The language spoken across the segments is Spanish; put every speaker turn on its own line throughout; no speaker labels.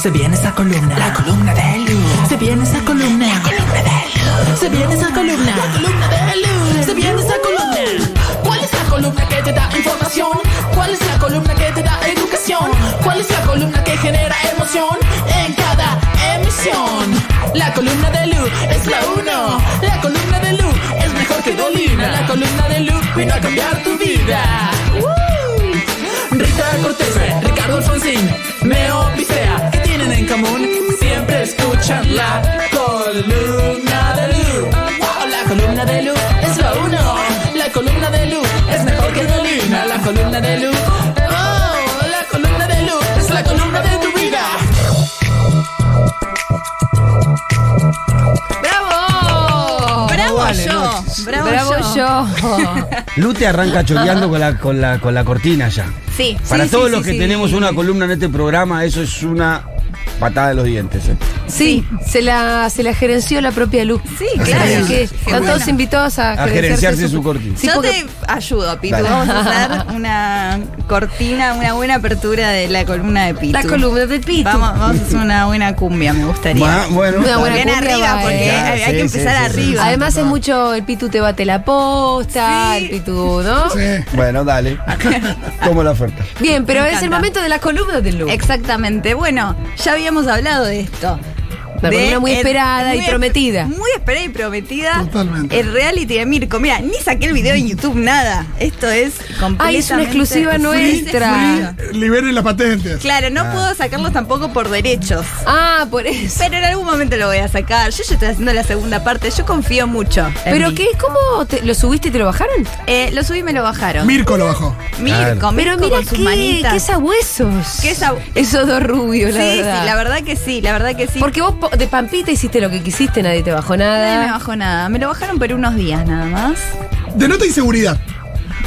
Se viene esa columna.
La columna de Lu.
Se viene esa columna.
La columna de Lu.
Se viene esa columna.
La columna de Lu.
Se viene esa columna.
¿Cuál es la columna que te da información? ¿Cuál es la columna que te da educación? ¿Cuál es la columna que genera emoción en cada emisión? La columna de Lu es la uno. La columna de Lu es mejor que Dolina. La columna de Lu vino a cambiar tu vida. ¡Woo! Rita Cortés, Ricardo Alfonsín, Meo Pistea, ¿qué tienen en común? Siempre escuchan la columna de Lu. ¡Wow! La columna de Lu es la uno. La columna de Lu es mejor que Dolina. La columna de Lu. ¡Oh! La columna de Lu es la columna de tu vida.
¡Bravo! ¡Bravo
vale,
yo!
Lux.
¡Bravo,
Bravo
yo!
yo.
Lu te arranca choreando con la, con, la, con la cortina ya.
Sí.
Para
sí,
todos
sí,
los
sí,
que
sí.
tenemos una columna en este programa, eso es una patada de los dientes. eh.
Sí, se la, se la gerenció la propia Lu.
Sí,
Así
claro.
que
Qué
están
bueno.
todos invitados a,
A gerenciarse su cortina.
Sí,
Yo
porque-
te ayudo, Pitu.
Dale.
Vamos a hacer una cortina, una buena apertura de la columna de Pitu.
La columna de Pitu.
Vamos, vamos a hacer una buena cumbia, me gustaría.
Ma- bueno,
Una buena
Bien
cumbia
arriba,
va,
porque
eh.
hay, hay
Sí,
que
sí,
empezar
sí, sí.
arriba.
Además es mucho el Pitu te bate la posta,
Sí.
el Pitu, ¿no?
bueno, dale. Tomo la oferta.
Bien, pero
Me
es el
encanta.
momento de la columna de Lu.
Exactamente. Bueno, ya habíamos hablado de esto.
Una columna muy
el-
esperada y
esp-
prometida.
Muy esperada y prometida.
Totalmente.
El reality de Mirko. Mira, ni saqué el video en YouTube, nada. Esto es completamente...
Ay, es una exclusiva
Sí,
nuestra.
sí.
Liberen las patentes.
Claro, no puedo sacarlos tampoco por derechos.
Ah, por eso.
Pero en algún momento lo voy a sacar. Yo ya estoy haciendo la segunda parte. Yo confío mucho. en
¿Pero
mí.
qué? ¿Cómo te- lo subiste y te lo bajaron?
Eh, lo subí y me lo bajaron.
Mirko lo bajó.
Mirko,
Claro.
Pero
Mirko
mira
con sus
qué,
manitas.
qué sabuesos.
Qué sab-
Esos dos rubios,
sí,
la verdad.
sí, la verdad que sí, la verdad que sí.
Porque vos po- de Pampita hiciste lo que quisiste, nadie te bajó nada.
Nadie me bajó nada. Me lo bajaron por unos días nada más.
Denota inseguridad.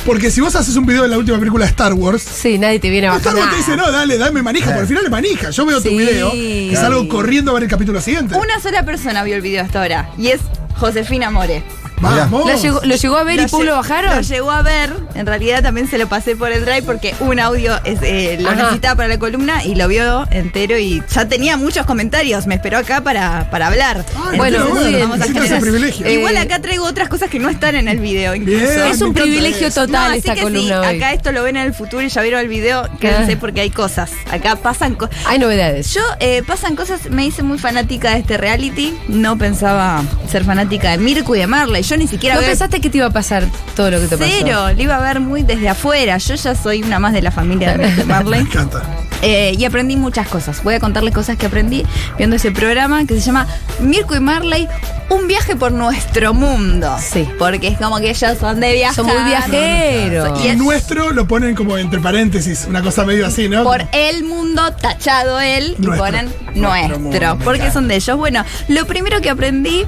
Porque si vos haces un video de la última película de Star Wars,
Sí, nadie te viene a bajar
Star Wars
nada.
te dice, no, dale, dame manija, por el final es manija. Yo veo
Sí.
tu video y salgo corriendo a ver el capítulo siguiente.
Una sola persona vio el video hasta ahora y es Josefina More.
Vamos.
¿La llegó- ¿Lo llegó a ver y pum,
lle-
lo
Lo
bajaron?
llegó a ver. En realidad también se lo pasé por el drive porque un audio es, eh, lo
Ajá.
necesitaba para la columna y lo vio entero y ya tenía muchos comentarios. Me esperó acá para, para hablar.
Ay,
Bueno,
qué
muy bien.
Vamos a
Necesito
generar-
ese
privilegio.
Eh,
Igual acá traigo otras cosas que no están en el video. incluso.
Bien.
es
Ah, me
un
encanta
privilegio
eso.
total
No, así
esta
que
columna
sí,
hoy.
acá esto lo ven en el futuro y ya vieron el video, quédense
Ah.
porque hay cosas. Acá pasan cosas.
Hay novedades.
Yo eh, pasan cosas, me hice muy fanática de este reality. No pensaba ser fanática de Mirko y de Marley. Yo ni siquiera
¿No
veo-
pensaste que te iba a pasar todo lo que te pasó?
Cero, le iba a ver muy desde afuera. Yo ya soy una más de la familia de Mirko y
Me
Marley.
encanta.
Eh, y aprendí muchas cosas. Voy a contarles cosas que aprendí viendo ese programa que se llama Mirko y Marley, un viaje por nuestro mundo.
Sí.
Porque es como que ellos son de viajar.
Son muy viajeros.
Y
Y
es
nuestro lo ponen como entre paréntesis, una cosa medio así, ¿no?
por el mundo, tachado él, y
Nuestro.
ponen nuestro,
Nuestro mundo, me
porque
encanta.
son de ellos. Bueno, lo primero que aprendí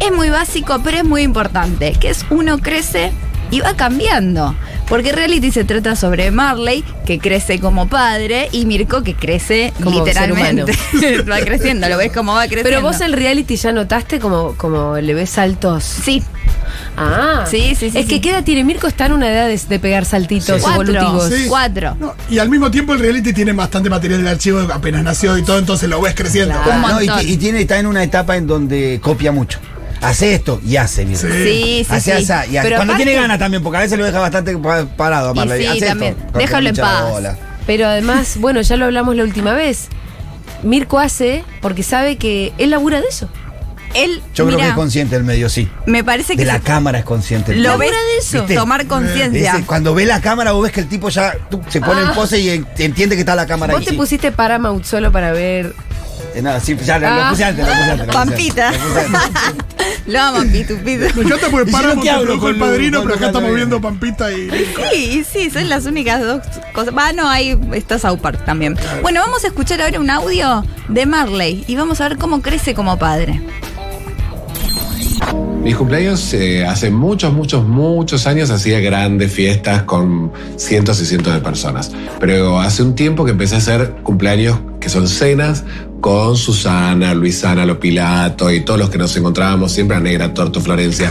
es muy básico, pero es muy importante, que es uno crece y va cambiando. Porque reality se trata sobre Marley, que crece como padre, y Mirko, que crece
Como ser humano.
literalmente. va creciendo, lo ves como va creciendo.
Pero vos el reality ya notaste como, como le ves saltos.
Sí,
Ah.
Sí, sí, sí,
Es
sí.
que queda tiene Mirko está en una edad de, de pegar saltitos
Sí.
evolutivos.
Sí. Cuatro.
No, y al mismo tiempo el reality tiene bastante material del archivo, apenas nació y todo, entonces lo ves creciendo.
Claro. Un
No, y,
montón.
ti- y tiene, está en una etapa en donde copia mucho. Hace esto y hace, mira.
Sí.
sí, sí.
hace,
sí.
asá, y hace.
Pero
Cuando
aparte-
tiene ganas también, porque a veces lo deja bastante pa- parado a
Y
Marley.
sí,
Hace esto,
también.
con- con
Déjalo en
mucha
paz.
bola.
Pero además, bueno, ya lo hablamos la última vez. Mirko hace porque sabe que él labura de eso.
Él,
Yo creo
mirá,
que es consciente del medio, sí.
me parece que
De la
se-
cámara es consciente.
lo ves
¿Viste?
tomar conciencia. Ah.
Ese- cuando ve la cámara, vos ves que el tipo ya tú, se pone en pose y en- entiende que está la cámara
Vos
ahí,
te
sí.
pusiste Paramount solo para ver.
Eh, no, sí, ya lo- lo,
Ah.
puse antes, lo puse antes. lo puse
Pampita.
antes, lo puse antes.
Lo amo, Pitu, Pitu.
Me encanta porque
Y yo
para
no te hablo
con el
con Lu,
padrino,
con
pero
Lu
acá estamos
Catalina.
viendo Pampita y.
Sí, y sí, son las únicas dos cosas. Ah, no, ahí está South Park también. Bueno, vamos a escuchar ahora un audio de Marley y vamos a ver cómo crece como padre.
Mis cumpleaños eh, hace muchos, muchos, muchos años hacía grandes fiestas con cientos y cientos de personas. Pero hace un tiempo que empecé a hacer cumpleaños que son cenas con Susana, Luisana, Lopilato y todos los que nos encontrábamos siempre, la negra, Torto, Florencia.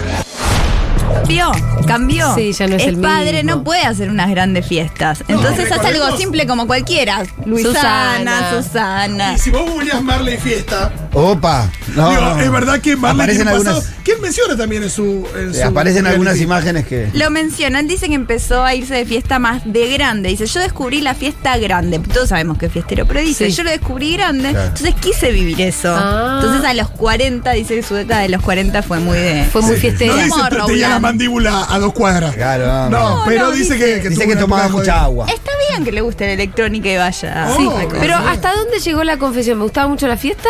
Cambió, cambió.
Sí, ya no es el mismo.
padre, no puede hacer unas grandes fiestas. Entonces hace algo
recordemos-
simple como cualquiera.
Susana.
Luisana, Susana.
Y si vos googleás Marley Fiesta,
Opa. No,
digo,
no, no.
es verdad que Marley
Aparecen
tiene un pasado
algunas-
que él menciona también en su. en
Eh,
su
Aparecen
reality.
algunas imágenes que.
Lo mencionan, dicen que empezó a irse de fiesta más de grande. Dice, yo descubrí la fiesta grande. Todos sabemos que es fiestero, pero dice,
Sí.
yo lo descubrí grande,
Claro.
entonces quise vivir eso.
Ah.
Entonces a los 40, dice que su década de los 40 fue muy Este, de...
Fue muy
No
fiestera.
Amor,
dice te- tenía
Raulán.
la mandíbula a dos cuadras.
Claro,
No,
no, no.
pero
no,
dice,
dice-
Dice
que, tuvo
que
una
tomaba
época
mucha
jodida.
agua.
Está bien que le guste la electrónica y
Oh.
vaya.
Sí,
Pero ¿hasta dónde llegó la confesión? ¿Me gustaba mucho la fiesta?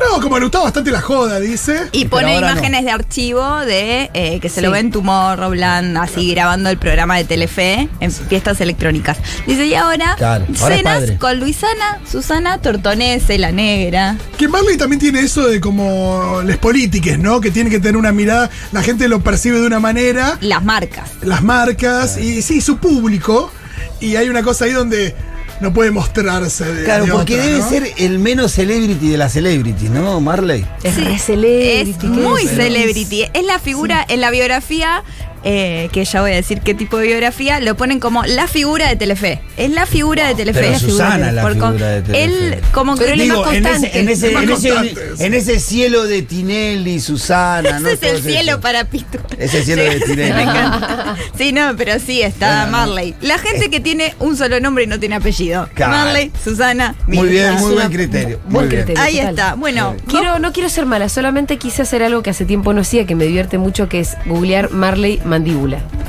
No, como le gustaba bastante la joda, dice.
Y
Pero
pone
ahora no.
imágenes de archivo de eh, que se
Sí.
lo ven Tomorrowland así grabando el programa de Telefe en fiestas electrónicas. Dice, y ahora,
Claro, ahora es
cenas
padre.
con Luisana, Susana Tortonese, la negra.
Que Marley también tiene eso de como les políticas, ¿no? Que tiene que tener una mirada, la gente lo percibe de una manera,
Las marcas.
las marcas y sí, su público. Y hay una cosa ahí donde no puede mostrarse. De,
Claro,
de
porque
otra,
debe
¿no?
ser el menos celebrity de las celebrities, ¿no, Marley?
Es
Sí,
re
Es
celebrity, ¿qué
muy
es?
celebrity. Es la figura en la biografía, eh, que ya voy a decir qué tipo de biografía, lo ponen como la figura de Telefe. Es la figura de Telefe.
pero
Es la figura
Susana es la
por con-
figura de Telefe.
Él, como que
Pero él es
Digo,
más
en ese,
constante,
en, ese,
es más
en, ese-
constante.
en ese cielo de Tinelli, Susana. ¿no?
ese es
Todos
el cielo
esos.
para Pitu.
Ese cielo de Tinelli.
Me encanta. Sí, no, pero sí, está Marley. La gente que tiene un solo nombre y no tiene apellido.
Claro.
Marley, Susana,
Muy
Mirta.
bien, muy
una-
buen criterio.
buen
Muy bien.
criterio.
Ahí
total.
está. Bueno,
Quiero, no quiero ser mala, solamente quise hacer algo que hace tiempo no hacía, que me divierte mucho, que es googlear Marley mandíbula.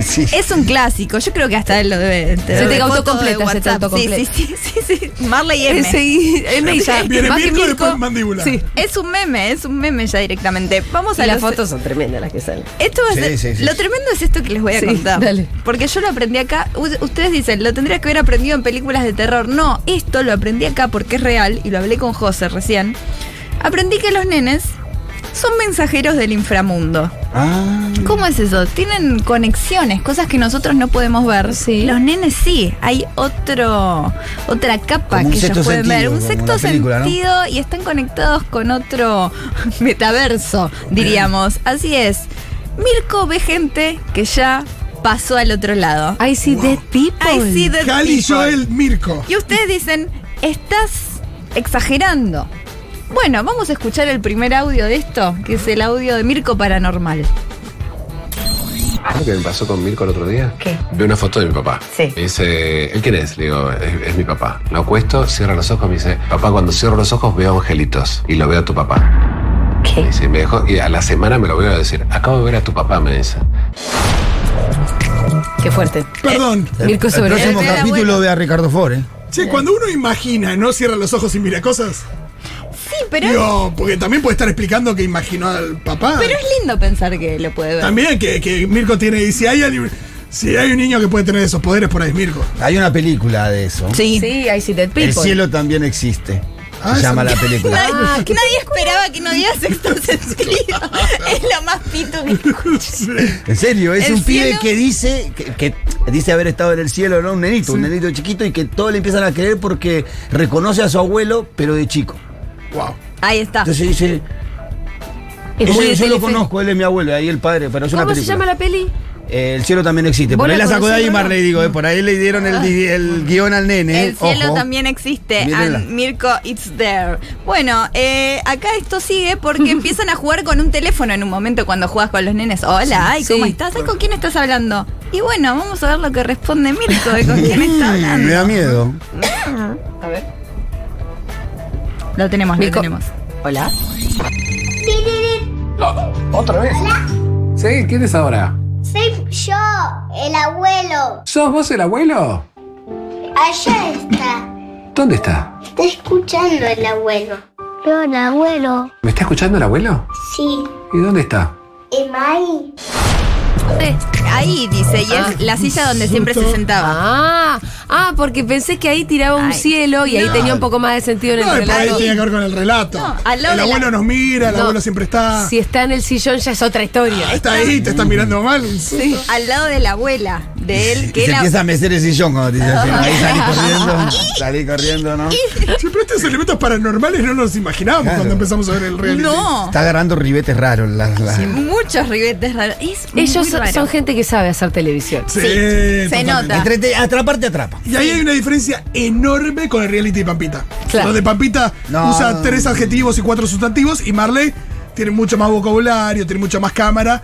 Sí.
Eh,
Es un clásico, yo creo que hasta él lo debe.
Se te
debe foto
autocompleta,
de
se te
WhatsApp.
autocompleta.
Sí, sí, sí, sí, sí. Marley M.
Enseguida- M y ya.
Viene
Más que
Mirko
Mirko,
y después mandíbula.
Sí.
Es un meme, es un meme ya directamente. Vamos
Y
a
las
los-
fotos son tremendas las que salen.
Esto va a ser-
Sí, sí, sí.
Lo tremendo es esto que les voy a
Sí,
contar.
dale.
Porque yo lo aprendí acá. U- Ustedes dicen, lo tendría que haber aprendido en películas de terror. No, esto lo aprendí acá porque es real y lo hablé con José recién. Aprendí que los nenes son mensajeros del inframundo.
Ah,
¿Cómo es eso? Tienen conexiones, cosas que nosotros no podemos ver.
Sí.
Los nenes sí, hay otro, otra capa
Como un
que ellos
sexto
pueden ver,
sentido,
un
como
sexto
una película, ¿no?
sentido y están conectados con otro metaverso, diríamos. Así es. Mirko ve gente que ya pasó al otro lado.
I see dead people.
I see the
Cali,
people.
Joel, Mirko.
Y ustedes dicen, estás exagerando. Bueno, vamos a escuchar el primer audio de esto, que es el audio de Mirko Paranormal.
¿Sabes lo que me pasó con Mirko el otro día? ¿Qué? Vi una foto de mi papá.
Sí.
Me dice, ¿él quién es? Le digo, es, es mi papá. Lo acuesto, cierro los ojos, me dice, papá, cuando cierro los ojos veo angelitos y lo veo a tu papá. ¿Qué? Me dice, me dejó, y a la semana me lo voy a decir, acabo de ver a tu papá, me dice.
Qué fuerte.
Perdón.
eh, Mirko
el
sobre
próximo
Era
capítulo
bueno.
ve a Ricardo Fore.
Che, cuando uno imagina, ¿no? Cierra los ojos y mira cosas.
Sí, pero
Digo, porque también puede estar explicando que imaginó al papá.
Pero es lindo pensar que lo puede ver.
También que, que Mirko tiene. Y si hay, alguien- si hay un niño que puede tener esos poderes, por ahí es Mirko.
Hay una película de eso.
Sí.
Sí, I see dead people.
El cielo también existe.
Ah,
se
esa-
llama la
Nadie,
película.
Ah, qué
nadie esperaba que no diga sexto sentido. es lo más pito que escuché.
En serio, es
El
un pibe
cielo-
que dice que, que dice haber estado en el cielo, ¿no? Un nenito, un nenito chiquito y que todos le empiezan a creer porque reconoce a su abuelo, pero de chico.
Wow.
Ahí está.
Entonces dice,
Ah. Es
"Ese
muy de
yo lo
Telefe.
conozco, él es mi abuelo, ahí el padre, pero es una
¿Cómo se
película.
llama la peli?
Eh, el cielo también existe.
¿Vos
Por ahí
la
la sacó de ahí
conocés,
Marley, digo, eh, por ahí le dieron el, di- el guión al nene. eh,
Ah. El cielo
ojo.
también existe.
Mírenla.
And Mirko, it's there. Bueno, eh, acá esto sigue porque empiezan a jugar con un teléfono en un momento cuando juegas con los nenes. Hola, ay, ¿cómo
Sí.
estás? Ay, ¿Con quién estás hablando? Y bueno, vamos a ver lo que responde Mirko de con quién está
Mm, Me
hablando.
da miedo.
Lo tenemos,
Mirko.
lo tenemos.
Hola.
¿Otra vez? Sí, ¿quién es ahora?
Soy yo, el abuelo.
¿Sos vos el abuelo?
Allá está.
¿Dónde está?
Está escuchando el abuelo. Yo, el abuelo.
¿Me está escuchando el abuelo?
Sí.
¿Y dónde está?
¿Y Mai?
Eh, Ahí dice, y es la silla donde siempre se sentaba.
Ah, ah, porque pensé que ahí tiraba un
Ay,
cielo y ahí tenía un poco más de sentido en el
No, y por ahí
relato.
tiene que ver con el relato.
No, al lado
el
de la-
abuelo nos mira, el
No.
abuelo siempre está. Ah,
Si está en el sillón ya es otra historia.
Está ahí, te está mirando mal.
Al lado de la abuela, de él
Y
que
se
era.
empieza a mecer el sillón cuando te dice así, ¿no? Ahí salí corriendo, salí corriendo, ¿no?
Siempre estos elementos paranormales no los imaginábamos
Claro.
cuando empezamos a ver el reality.
No.
Está agarrando ribetes raros. La, la-
Muchos ribetes raros. Es
Ellos
muy
son,
raro.
son gente que sabe hacer televisión.
Sí,
Sí, se
totalmente.
nota.
Entrete- atrapar te atrapa.
Y ahí hay una diferencia enorme con el reality de Pampita.
Claro.
Donde Pampita
No.
usa tres adjetivos y cuatro sustantivos y Marley tiene mucho más vocabulario, tiene mucha más cámara.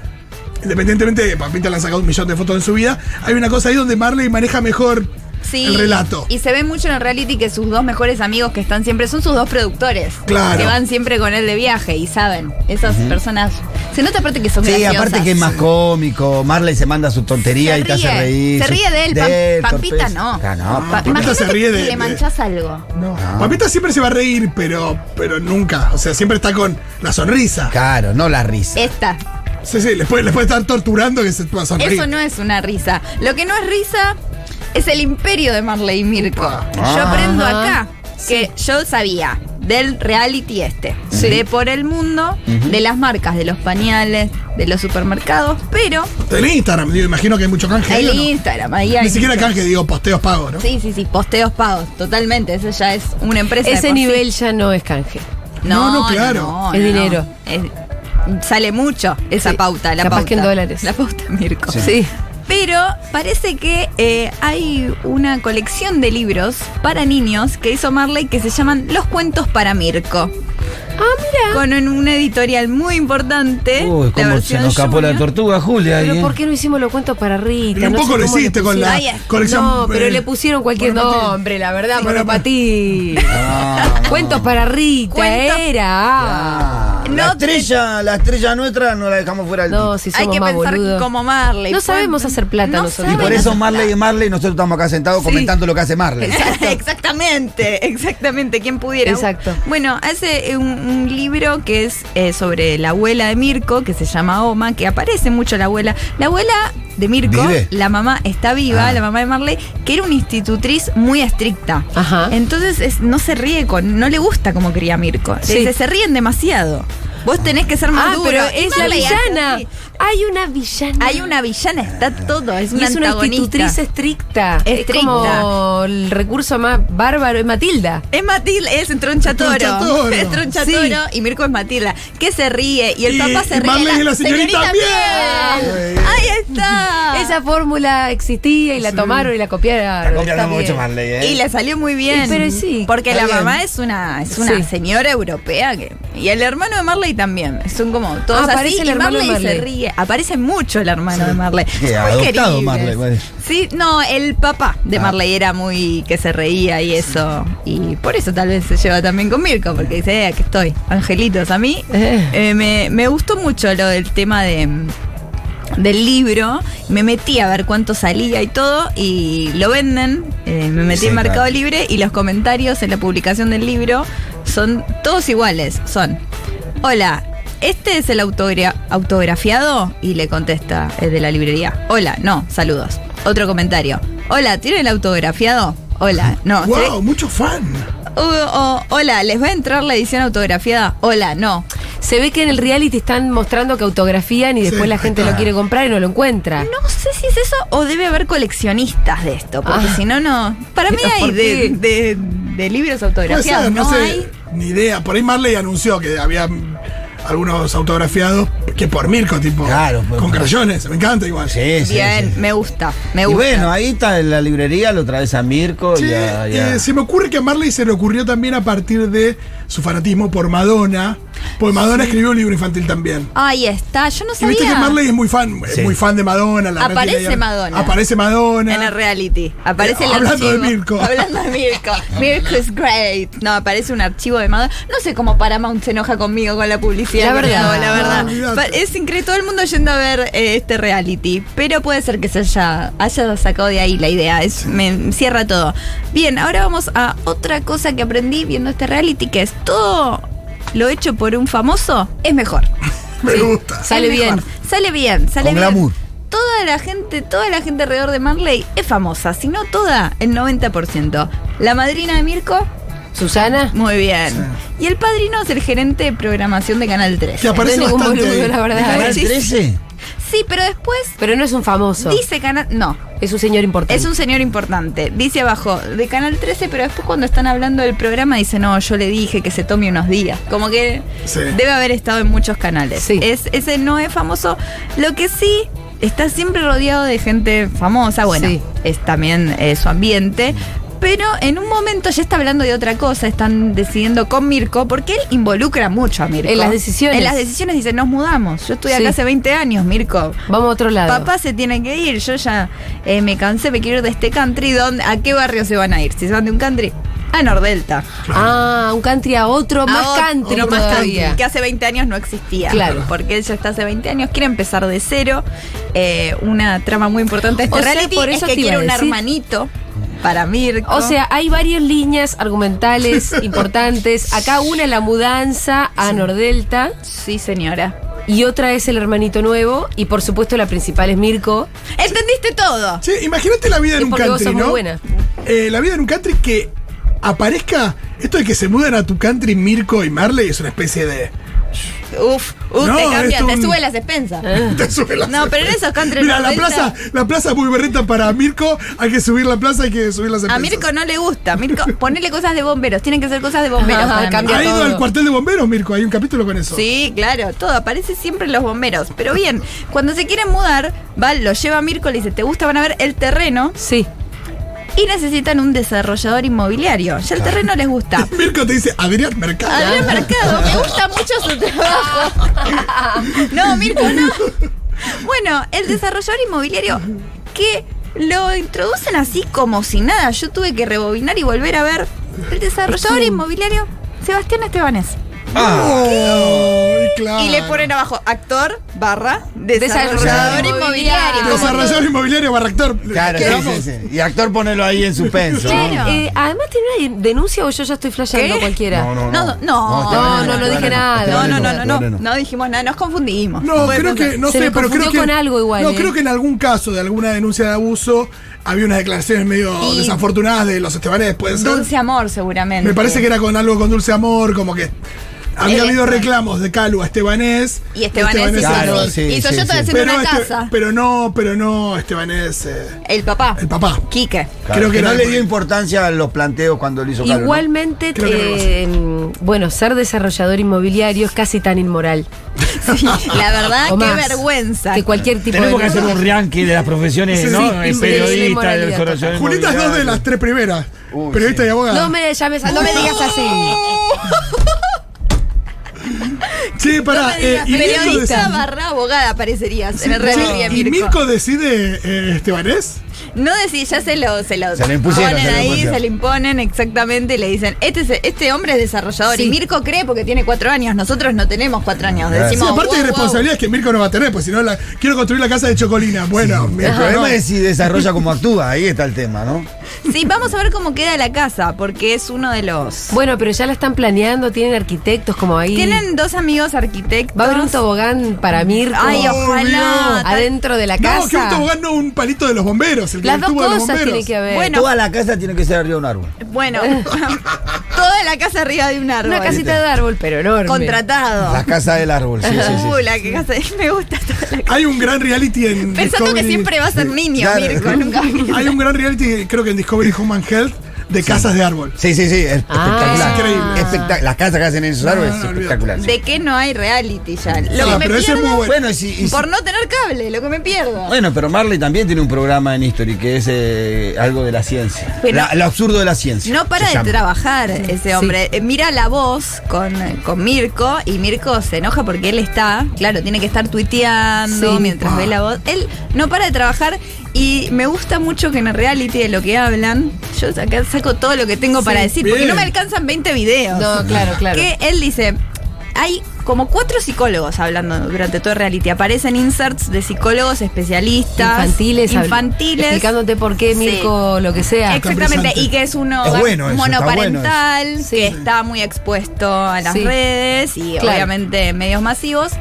Independientemente de que Pampita le han sacado un millón de fotos en su vida, hay una cosa ahí donde Marley maneja mejor
Sí,
el relato.
Y se ve mucho en el reality que sus dos mejores amigos que están siempre son sus dos productores.
Claro.
Que van siempre con él de viaje y saben. Esas personas. Se nota aparte que son
Sí,
graciosas.
aparte que es más cómico. Marley se manda su tontería
Se
y te hace
ríe,
reír.
se ríe de él, Pam- Pampita
torpeza.
no.
Ah, no,
Pa-
Pampita
imagínate
se ríe
que
de-
le manchás algo.
No. Pampita siempre se va a reír, pero, pero nunca. O sea, siempre está con la sonrisa.
Claro, no la risa.
Esta.
Sí, sí, les puede, les puede estar torturando que se va a sonreír.
Eso no es una risa. Lo que no es risa es el imperio de Marley y Mirko. Yo
Ah.
aprendo acá que yo sabía del reality este, de por el mundo, de las marcas, de los pañales, de los supermercados, pero
Está en Instagram, digo, imagino que hay mucho canje. ahí,
el
¿o no?
Instagram, ahí hay
Ni siquiera
mucho.
canje, digo, posteos pagos, ¿no?
Sí, sí, sí, posteos pagos, totalmente. Eso ya es una empresa. de por
Ese
sí.
nivel ya no es canje.
No, no, claro.
Es dinero.
Es- sale mucho esa
Sí.
pauta, la
Capaz
pauta.
que en dólares.
La pauta, Mirko.
Sí.
Pero parece que eh, hay una colección de libros para niños que hizo Marley que se llaman Los cuentos para Mirko. Ah, mira. Con un- una editorial muy importante.
Uy,
Este, la
cómo se
versión
nos escapó la
junior.
tortuga, Julia. ahí,
Pero
¿eh?
¿por qué no hicimos los cuentos para Rita?
Pero un
No
poco
sé
lo
cómo le
hiciste con la
pusieron.
Ay, es-
colección.
No, pero
eh,
le pusieron cualquier
monopatín.
nombre, la verdad,
Sí,
monopatí. Cuentos para Rita,
Cuentos-
era.
Ah, la
No te-
estrella, la estrella nuestra no la dejamos fuera del
No, si somos
Hay que
más
pensar
boludos.
como Marley.
No sabemos hacer plata nosotros.
Y
No,
por
saben
eso
hacer
Marley y Marley, nosotros estamos acá sentados comentando lo que hace Marley.
Exacto. exactamente, exactamente, quien pudiera.
Exacto.
Bueno, hace un, un libro que es eh, sobre la abuela de Mirko, que se llama Oma, que aparece mucho la abuela. La abuela de Mirko,
¿Vive?
la mamá está viva,
Ah.
la mamá de Marley, que era una institutriz muy estricta.
Ajá.
Entonces es- no se ríe con, no le gusta como cría Mirko. Le
Sí.
dice, se ríen demasiado. Vos tenés que ser más
Ah,
duro".
pero
Y
es la
Marley hace
villana.
así.
Hay una villana.
Hay una villana, está todo, es
Y
una,
es una
antagonista.
institutriz estricta.
Estricta.
Es como el recurso más bárbaro. Es Matilda.
Es Matilda, es Tronchatoro.
Tronchatoro.
Es Tronchatoro y Mirko es Matilda. Que se ríe y el
Y-
papá se
y
ríe.
Marley y la señorita Ah,
bien.
bien.
Ahí está.
Esa fórmula existía y la tomaron y la copiaron.
Está copiando
Está
mucho
bien.
Marley, ¿eh?
Y le salió muy bien.
Y pero sí,
Porque la
está bien.
mamá es una, es una
Sí.
señora europea. Que, y el hermano de Marley también. Son como todos
Ah,
así.
aparece el
y
hermano de
Marley, se
Marley.
ríe. Aparece mucho el hermano de Marley.
Que
Son muy
adoptado
queribles.
Marley, bueno.
Sí, no, el papá de
Ah.
Marley era muy que se reía y eso. Y por eso tal vez se lleva también con Mirko, porque dice, eh, que estoy, angelitos. A mí
Eh.
eh, me, me gustó mucho lo del tema de mm, del libro, me metí a ver cuánto salía y todo, y lo venden, eh, me metí
Sí,
en Mercado
claro.
Libre y los comentarios en la publicación del libro son todos iguales, son, hola, ¿este es el autogra- autografiado? Y le contesta el de la librería, hola, no, saludos. Otro comentario, hola, ¿tiene el autografiado? Hola, no.
¡Wow!
¿sí?
Mucho fan.
Uh, oh, hola, ¿les va a entrar la edición autografiada? Hola, no.
Se ve que en el reality están mostrando que autografían y después la gente lo quiere comprar y no lo encuentra.
No sé si es eso o debe haber coleccionistas de esto, porque
Ah.
si no, no. Para mí
Pero
hay
¿por
de,
qué?
de- de libros
Puede
autografiados.
ser, no,
no
sé,
hay.
ni idea. Por ahí Marley anunció que había mm, algunos autografiados que por Mirko, tipo.
Claro, pues,
Con
pues.
crayones, me encanta igual.
Sí, sí,
Bien,
sí.
me gusta, me
Y
gusta.
bueno, ahí está en la librería, lo traes a Mirko
Che,
y a. y a-
eh, se me ocurre que a Marley se le ocurrió también a partir de su fanatismo por Madonna. Porque Madonna escribió un libro infantil también.
Ahí está, yo no
Y viste que
sabía.
Marley es muy fan, es
Sí.
muy fan de Madonna. La
Aparece
retira y-
Madonna.
Aparece Madonna.
En el reality. Aparece el
Hablando de
archivo.
Mirko.
Hablando de Mirko. Mirko is great. No, aparece un archivo de Madonna. No sé cómo Paramount se enoja conmigo con la publicidad.
La
que le
verdad.
hago, la
No,
verdad.
Ah, olvídate.
Pa- es increíble. Todo el mundo yendo a ver eh, este reality. Pero puede ser que se haya, haya sacado de ahí la idea. Es- me cierra todo. Bien, ahora vamos a otra cosa que aprendí viendo este reality, que es todo lo hecho por un famoso es mejor.
me gusta.
Sale
Es mejor.
bien.
Sale bien, sale
Con
bien.
glamour.
Toda la gente, toda la gente alrededor de Marley es famosa, si no toda, el 90%. La madrina de Mirko,
Susana.
muy bien. Y el padrino es el gerente de programación de Canal 3.
Que aparece
no es ningún
bastante.
boludo,
ahí.
la verdad.
¿Canal
Ah, Sí.
13?
Sí, pero después
Pero no es un famoso.
dice Canal... No,
Es un señor importante.
Es un señor importante. Dice abajo, de Canal 13, pero después cuando están hablando del programa dice, no, yo le dije que se tome unos días. Como que
Sí.
debe haber estado en muchos canales.
Sí.
Es, ese no es famoso. Lo que sí está siempre rodeado de gente famosa. Bueno,
Sí.
es también eh, su ambiente. Pero en un momento ya está hablando de otra cosa, están decidiendo con Mirko, porque él involucra mucho a Mirko.
En las decisiones.
En las decisiones dice, nos mudamos. Yo estoy
Sí.
acá hace 20 años, Mirko.
Vamos a otro lado.
Papá se tiene que ir, yo ya eh, me cansé, me quiero ir de este country. ¿Dónde, ¿A qué barrio se van a ir? Si se van de un country, a Nordelta.
Ah, un country a otro, más
A otro-
country
otro más
todavía.
country, que hace 20 años no existía.
Claro.
Porque él ya está hace 20 años, quiere empezar de cero. Eh, una trama muy importante de este
O sea,
reality
por
es
eso
que
te iba
quiere
a
un
decir.
hermanito para Mirko.
O sea, hay varias líneas argumentales importantes. Acá una es la mudanza a Nordelta
Sí, señora.
y otra es el hermanito nuevo y por supuesto la principal es Mirko.
¿Entendiste todo?
Sí, imagínate la vida
Es
en un
porque vos
country,
sos muy
¿no?
buena.
Eh, la vida en un country que aparezca esto de que se mudan a tu country Mirko y Marley es una especie de
Uf, uf,
No,
te cambia,
es
te
un-
sube las expensas.
Ah.
Te sube la
No, pero en esos country
Mira, la
noventas-
plaza, la plaza es muy berreta para Mirko, hay que subir la plaza, hay que subir las
A
empresas.
Mirko no le gusta. Mirko, ponerle cosas de bomberos. Tienen que ser cosas de bomberos.
Ajá,
para Mirko.
cambia
Ha ido
todo.
al cuartel de bomberos, Mirko, hay un capítulo con eso.
Sí, claro, todo. Aparece siempre en los bomberos. Pero bien, cuando se quieren mudar, Val lo lleva a Mirko, le dice, ¿te gusta? Van a ver el terreno.
Sí.
Y necesitan un desarrollador inmobiliario. Ya el terreno les gusta.
Mirko te dice, Adrián Mercado.
Adrián Mercado, me gusta mucho su trabajo. No, Mirko, no. Bueno, el desarrollador inmobiliario que lo introducen así como si nada. Yo tuve que rebobinar y volver a ver. El desarrollador inmobiliario, Sebastián Estebanés.
Ah. Oh, Ay, claro.
Y le ponen abajo actor barra
Desarrollador
desarrollador inmobiliario.
inmobiliario.
Como-
Desarrollador inmobiliario barractor.
Claro, sí, sí, sí. Y actor ponelo ahí en suspenso. ¿no?
Claro.
Eh, además tiene una denuncia o yo ya estoy flasheando
¿Qué?
cualquiera.
No,
No,
no,
no, no,
no, no, no dije nada.
No, no, no, no, no,
no.
no dijimos nada, nos confundimos.
No, creo que, no
Se
sé,
lo
pero creo
confundió
que.
con algo igual,
No,
¿eh?
creo que en algún caso de alguna denuncia de abuso había unas declaraciones medio
Y-
desafortunadas de los estebanes, puede ser.
Dulce amor, seguramente.
Me parece que era con algo con dulce amor, como que. Había
Eh,
habido
eh.
reclamos de Calu a Estebanés.
Y Estebanés hizo,
Claro,
así.
sí,
hizo
sí,
yo estaba
sí.
haciendo
Pero,
una
este-
casa.
pero no, pero no Estebanés. eh,
el papá.
el papá.
Quique.
creo que
que no
era-
le dio importancia a los planteos cuando lo hizo Carlos. ¿no?
Igualmente,
Creo que
eh, bueno, ser desarrollador inmobiliario es casi tan inmoral.
Sí, la verdad,
O
Ah, qué
más
vergüenza.
Que cualquier tipo
Tenemos que
de.
hacer un ranking de las profesiones,
Sí,
¿no?
sí,
el
sí,
periodista,
sí,
el desarrollador
Julita es dos de
inmobiliario.
las tres primeras. periodista y abogada.
no me llames, no me digas así.
sí,
No
pará.
me
eh,
digas,
y Mirko
periodista
decide-
barra abogada parecerías en el
Sí,
reality de
¿Y
Mirko.
Mirko decide eh, Estebanés?
No decís, ya se lo, se lo
Se lo impusieron,
ponen
se lo
ahí,
impusieron.
se le imponen exactamente y le dicen, este, es- este hombre es desarrollador.
Sí.
Y Mirko cree porque tiene cuatro años, nosotros no tenemos cuatro años.
Sí,
Decimos,
aparte
"Wow,
de
wow".
responsabilidades que Mirko no va a tener, pues si no, la- quiero construir la casa de Chocolina. Bueno,
El
Mirko, no.
problema es si desarrolla como actúa, ahí está el tema, ¿no?
Sí, vamos a ver cómo queda la casa, porque es uno de los...
Bueno, pero ya la están planeando, tienen arquitectos como ahí.
Tienen dos amigos arquitectos.
Va a haber un tobogán para Mirko.
Ay, ojalá.
Obvio.
Adentro de la
No,
casa.
que un tobogán no un palito de los bomberos. El que
Las dos
tuvo de los
cosas
bomberos.
tiene que haber.
Bueno.
Toda la casa tiene que ser arriba de un árbol.
Bueno, toda la casa arriba de un árbol.
una casita de árbol, pero enorme.
Contratado.
La casa del árbol, sí, sí, sí.
Uh, la que casa me gusta. toda la casa.
Hay un gran reality en.
Pensando que
Discovery-
siempre va a ser niño,
Claro.
Mirko, nunca.
Hay un gran reality, creo que en Discovery Home and Health, de casas de árbol.
Sí, sí, sí, es espectacular.
Ah.
Increíble.
Espectac- las casas que hacen en esos árboles
No, no,
es espectacular. sí.
De que no hay reality ya. Lo
Ah,
que
pero
me
ese es
pierdo
muy bueno.
Bueno, y si- y si-
por no tener cable, lo que me pierdo.
bueno, pero Marley también tiene un programa en History que es eh, algo de la ciencia.
Pero-
La- lo absurdo de la ciencia.
No para
se
de
llama.
trabajar ese hombre. Eh, Mira la voz con, con Mirko y Mirco se enoja porque él está, claro, tiene que estar tuiteando
Sí.
mientras ve la
Ah.
voz. Él no para de trabajar y me gusta mucho que en el reality de lo que hablan, yo acá saco todo lo que tengo para decir porque
bien.
no me alcanzan 20 videos.
No, claro, claro.
Que él dice, hay como cuatro psicólogos hablando durante todo el reality. Aparecen inserts de psicólogos especialistas.
Infantiles. hab-
Infantiles.
Explicándote por qué,
Sí.
Mirko, lo que sea.
Exactamente,
Está
y que es un
Es
hogar
bueno eso, está
monoparental,
bueno
que está muy expuesto a las
Sí.
redes y
Claro.
obviamente medios masivos.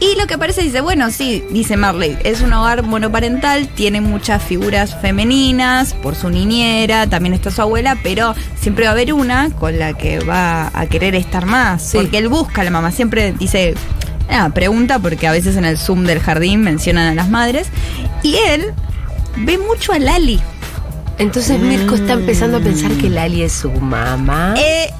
Y lo que aparece dice, bueno, sí, dice Marley, es un hogar monoparental, tiene muchas figuras femeninas, por su niñera, también está su abuela, pero siempre va a haber una con la que va a querer estar más,
Sí.
porque él busca a la mamá, siempre dice... ah, nada, pregunta porque a veces en el Zoom del jardín mencionan a las madres. Y él ve mucho a Lali.
Entonces Mirko está empezando a pensar que Lali es su mamá.
Eh,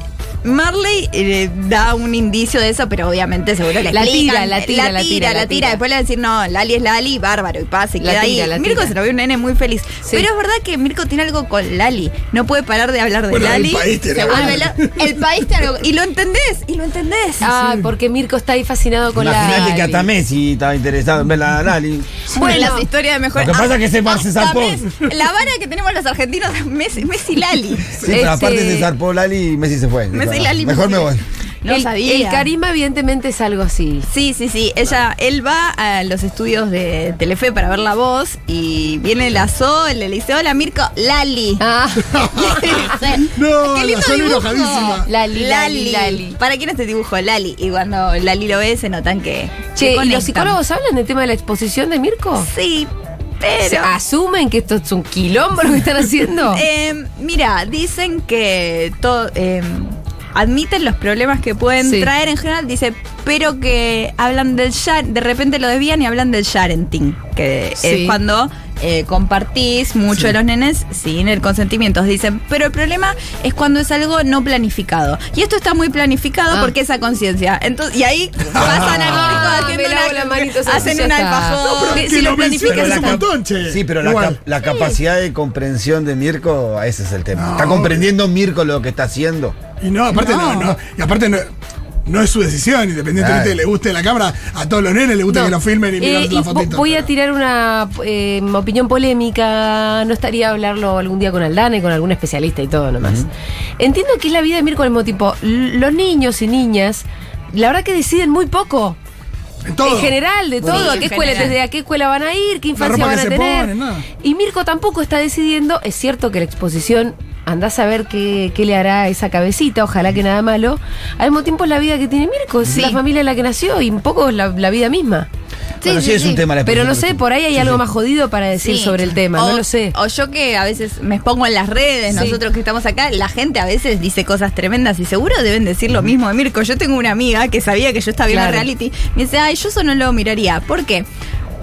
Marley eh, da un indicio de eso, pero obviamente seguro le
La
explican.
tira, la tira, la tira,
la
la
tira.
tira.
Después le va a decir, no, Lali es Lali, bárbaro, y pasa, y
La
queda
tira,
ahí.
la
Mirko
tira.
se lo ve un nene muy feliz.
Sí.
Pero es verdad que Mirko tiene algo con Lali. No puede parar de hablar de
Bueno, el
Lali.
país tiene
Se
algo.
vuelve la- el país tiene algo. Y lo entendés, y lo entendés.
Ah, porque Mirko está ahí fascinado con la.
Imagínate que hasta Messi estaba interesado en ver la Lali.
Bueno, las historias de mejor.
Lo que pasa es que se- se
hasta
zarpó.
Messi- La vara que tenemos los argentinos, Messi, Messi Lali.
Sí, pero aparte
Este-
se zarpó Lali y Messi se fue.
Messi Lali.
Mejor
Messi
me
Lali.
voy.
No
el,
sabía.
el carisma, evidentemente, es algo así.
Sí, sí, sí. Ella, él va a los estudios de Telefe para ver la voz y viene la Sol, le dice, hola Mirko, Lali.
Ah,
No,
Qué lindo
la Sol
dibujo.
enojadísima.
Lali, Lali, Lali.
¿Para quién este dibujo? Lali. Y cuando Lali lo ve, se notan que. que
che, ¿y
conectan.
los psicólogos hablan del tema de la exposición de Mirko?
Sí, pero.
Ah, ¿Asumen que esto es un quilombo lo que están haciendo?
Eh, mira, dicen que todo. eh, admiten los problemas que pueden
Sí.
traer en general, dice, pero que hablan del shar- de repente lo desvían y hablan del sharenting, que es
Sí.
cuando eh, compartís mucho de los nenes sin el consentimiento. Dicen, pero el problema es cuando es algo no planificado. Y esto está muy planificado
Ah.
porque es a conciencia. Entonces, y ahí pasan
Ah,
a
me
haciendo
lavo
una-
la manito, sí,
hacen
ya
un
está.
alfajor.
No, pero
si
que
lo
lo mencionen
planificas
es
es
un
un-
montón, che.
Sí, pero la,
Igual.
cap- la capacidad de comprensión de Mirko, ese es el tema.
No,
¿Está comprendiendo Mirko lo que está haciendo?
Y no, aparte no, no. Y aparte no, no es su decisión, independientemente
Claro.
de que le guste la cámara, a todos los nenes les gusta
No.
que lo filmen y
Eh,
mirar
y
la
vo-
fotito.
Voy a
pero-
tirar una eh, opinión polémica. No estaría a hablarlo algún día con Aldana y con algún especialista y todo nomás. Entiendo que es la vida de Mirko el mismo tipo. L- Los niños y niñas, la verdad que deciden muy poco.
En todo.
En general, de todo.
en
¿A qué escuela,
general.
desde a qué escuela van a ir? ¿Qué infancia
ropa
van
que
a
se
tener?
ponen, nada.
Y Mirko tampoco está decidiendo. Es cierto que la exposición. Andás a ver qué, qué le hará a esa cabecita, ojalá que nada malo. Al mismo tiempo es la vida que tiene Mirko, es
Sí.
la familia en la que nació y un poco es la, la vida misma.
Bueno, sí, es un tema la
Pero no sé,
exposición.
por ahí hay
Sí,
algo
sí.
más jodido para decir
Sí.
sobre el tema,
O-
no lo sé.
O yo que a veces me expongo en las redes,
Sí.
nosotros que estamos acá, la gente a veces dice cosas tremendas y seguro deben decir lo mismo de Mirko. Yo tengo una amiga que sabía que yo estaba viendo
Claro.
reality, me dice, ay, yo eso no lo miraría. ¿Por qué?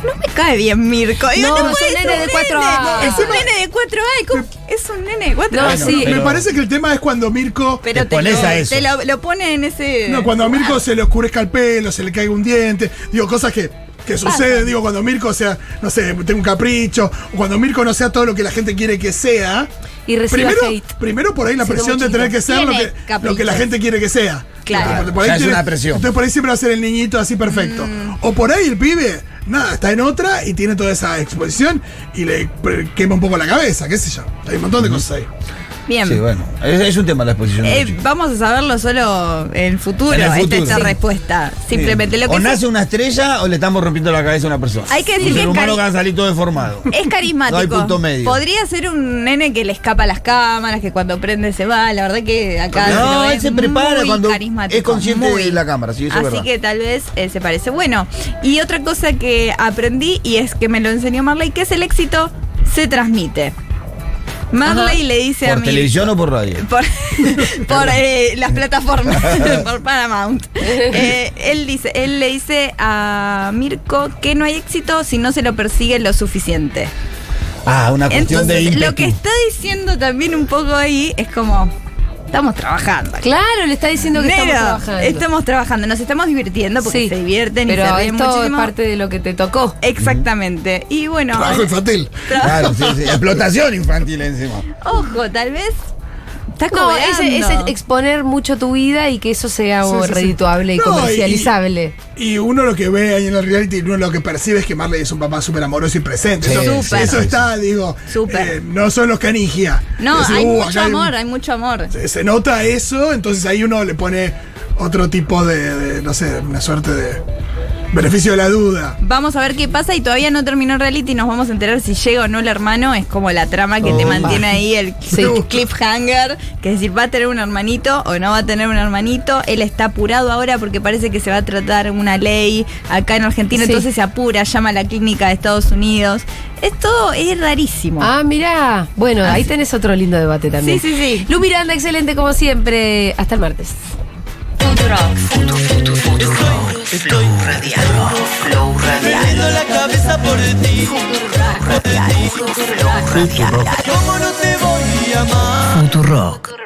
No me cae bien Mirko. Digo,
No, es un
puede
nene
ser
de cuatro
nene.
años.
Es un nene de 4 años. ¿Cómo que Es un nene de 4
No,
años.
sí.
Me
Pero-
parece que el tema es cuando Mirko.
Pero
Te
te,
pones
lo,
a eso.
te lo, lo pone en ese...
No, cuando a Mirko se le oscurezca el pelo, se le caiga un diente, digo, cosas que, que suceden, digo, cuando Mirko sea, no sé, tenga un capricho, o cuando Mirko no sea todo lo que la gente quiere que sea.
Y reciba
primero,
hate.
primero por ahí la
Siendo
presión
muy
de tener
chiquito.
que ser lo
Tiene
que, lo que la
caprichos.
gente quiere que sea.
Claro.
Por- por ahí
Ya es
tiene-
una presión.
Entonces por ahí siempre va a ser el niñito así perfecto. O por ahí el pibe, nada, está en otra y tiene toda esa exposición y le pre- quema un poco la cabeza, qué sé yo. Hay un montón de cosas ahí.
Bien.
Sí, bueno. Es, es un tema la exposición. de
Eh,
los chicos.
vamos a saberlo solo en el futuro,
En el
esta
futuro.
es la
Sí.
respuesta. Simplemente lo que
o
sí-
nace una estrella o le estamos rompiendo la cabeza a una persona.
Hay que decir
un
que Este,
ser
es
humano
cari-
que va a salir todo deformado.
Es carismático.
No hay punto medio.
Podría ser un nene que le escapa a las cámaras, que cuando prende se va. La verdad que acá.
No,
lo
él
ves
se prepara
muy
cuando
carismático,
es consciente
muy.
de la cámara, sí, eso es
Así
verdad.
que tal vez eh, se parece. Bueno, y otra cosa que aprendí y es que me lo enseñó Marley, que es el éxito se transmite. Marley le dice a
¿Por
mí.
televisión o por radio?
Por, por, eh, las plataformas, por Paramount. Eh, él, dice, él le dice a Mirko que no hay éxito si no se lo persigue lo suficiente.
Ah, una cuestión
Entonces,
de ímpetu.
lo que está diciendo también un poco ahí es como, estamos trabajando.
Claro, le está diciendo que
Nero,
estamos trabajando.
estamos trabajando, nos estamos divirtiendo porque
Sí,
se divierten
pero
y se ríen
esto
muchísimo.
es parte de lo que te tocó.
Exactamente. Y bueno,
Trabajo infantil.
Claro, sí, sí. Explotación infantil encima.
ojo, tal vez está como
No, es, es exponer mucho tu vida y que eso sea
Sí, sí, sí.
redituable y
No,
comercializable.
Y uno lo que ve ahí en el reality, uno lo que percibe es que Marley es un papá súper amoroso y presente.
Sí,
eso,
Súper.
eso
sí,
está, digo.
Súper.
eh, no son los canigia.
No,
Decir,
hay
"Uh,
mucho
acá un-
amor, hay mucho amor.
se, se nota eso, entonces ahí uno le pone otro tipo de, de, no sé, una suerte de beneficio de la duda.
Vamos a ver qué pasa y todavía no terminó reality y nos vamos a enterar si llega o no el hermano. Es como la trama que te mantiene ahí el cliffhanger, que es decir, va a tener un hermanito o no va a tener un hermanito. Él está apurado ahora porque parece que se va a tratar una ley acá en Argentina,
Sí.
entonces se apura, llama a la clínica de Estados Unidos. Esto es rarísimo.
Ah, mirá. Bueno, ahí tenés otro lindo debate también.
Sí, sí, sí.
Lu Miranda, excelente como siempre. Hasta el martes.
Estoy radiado. Flow radial. la cabeza por ti. Flow radial. Futurock.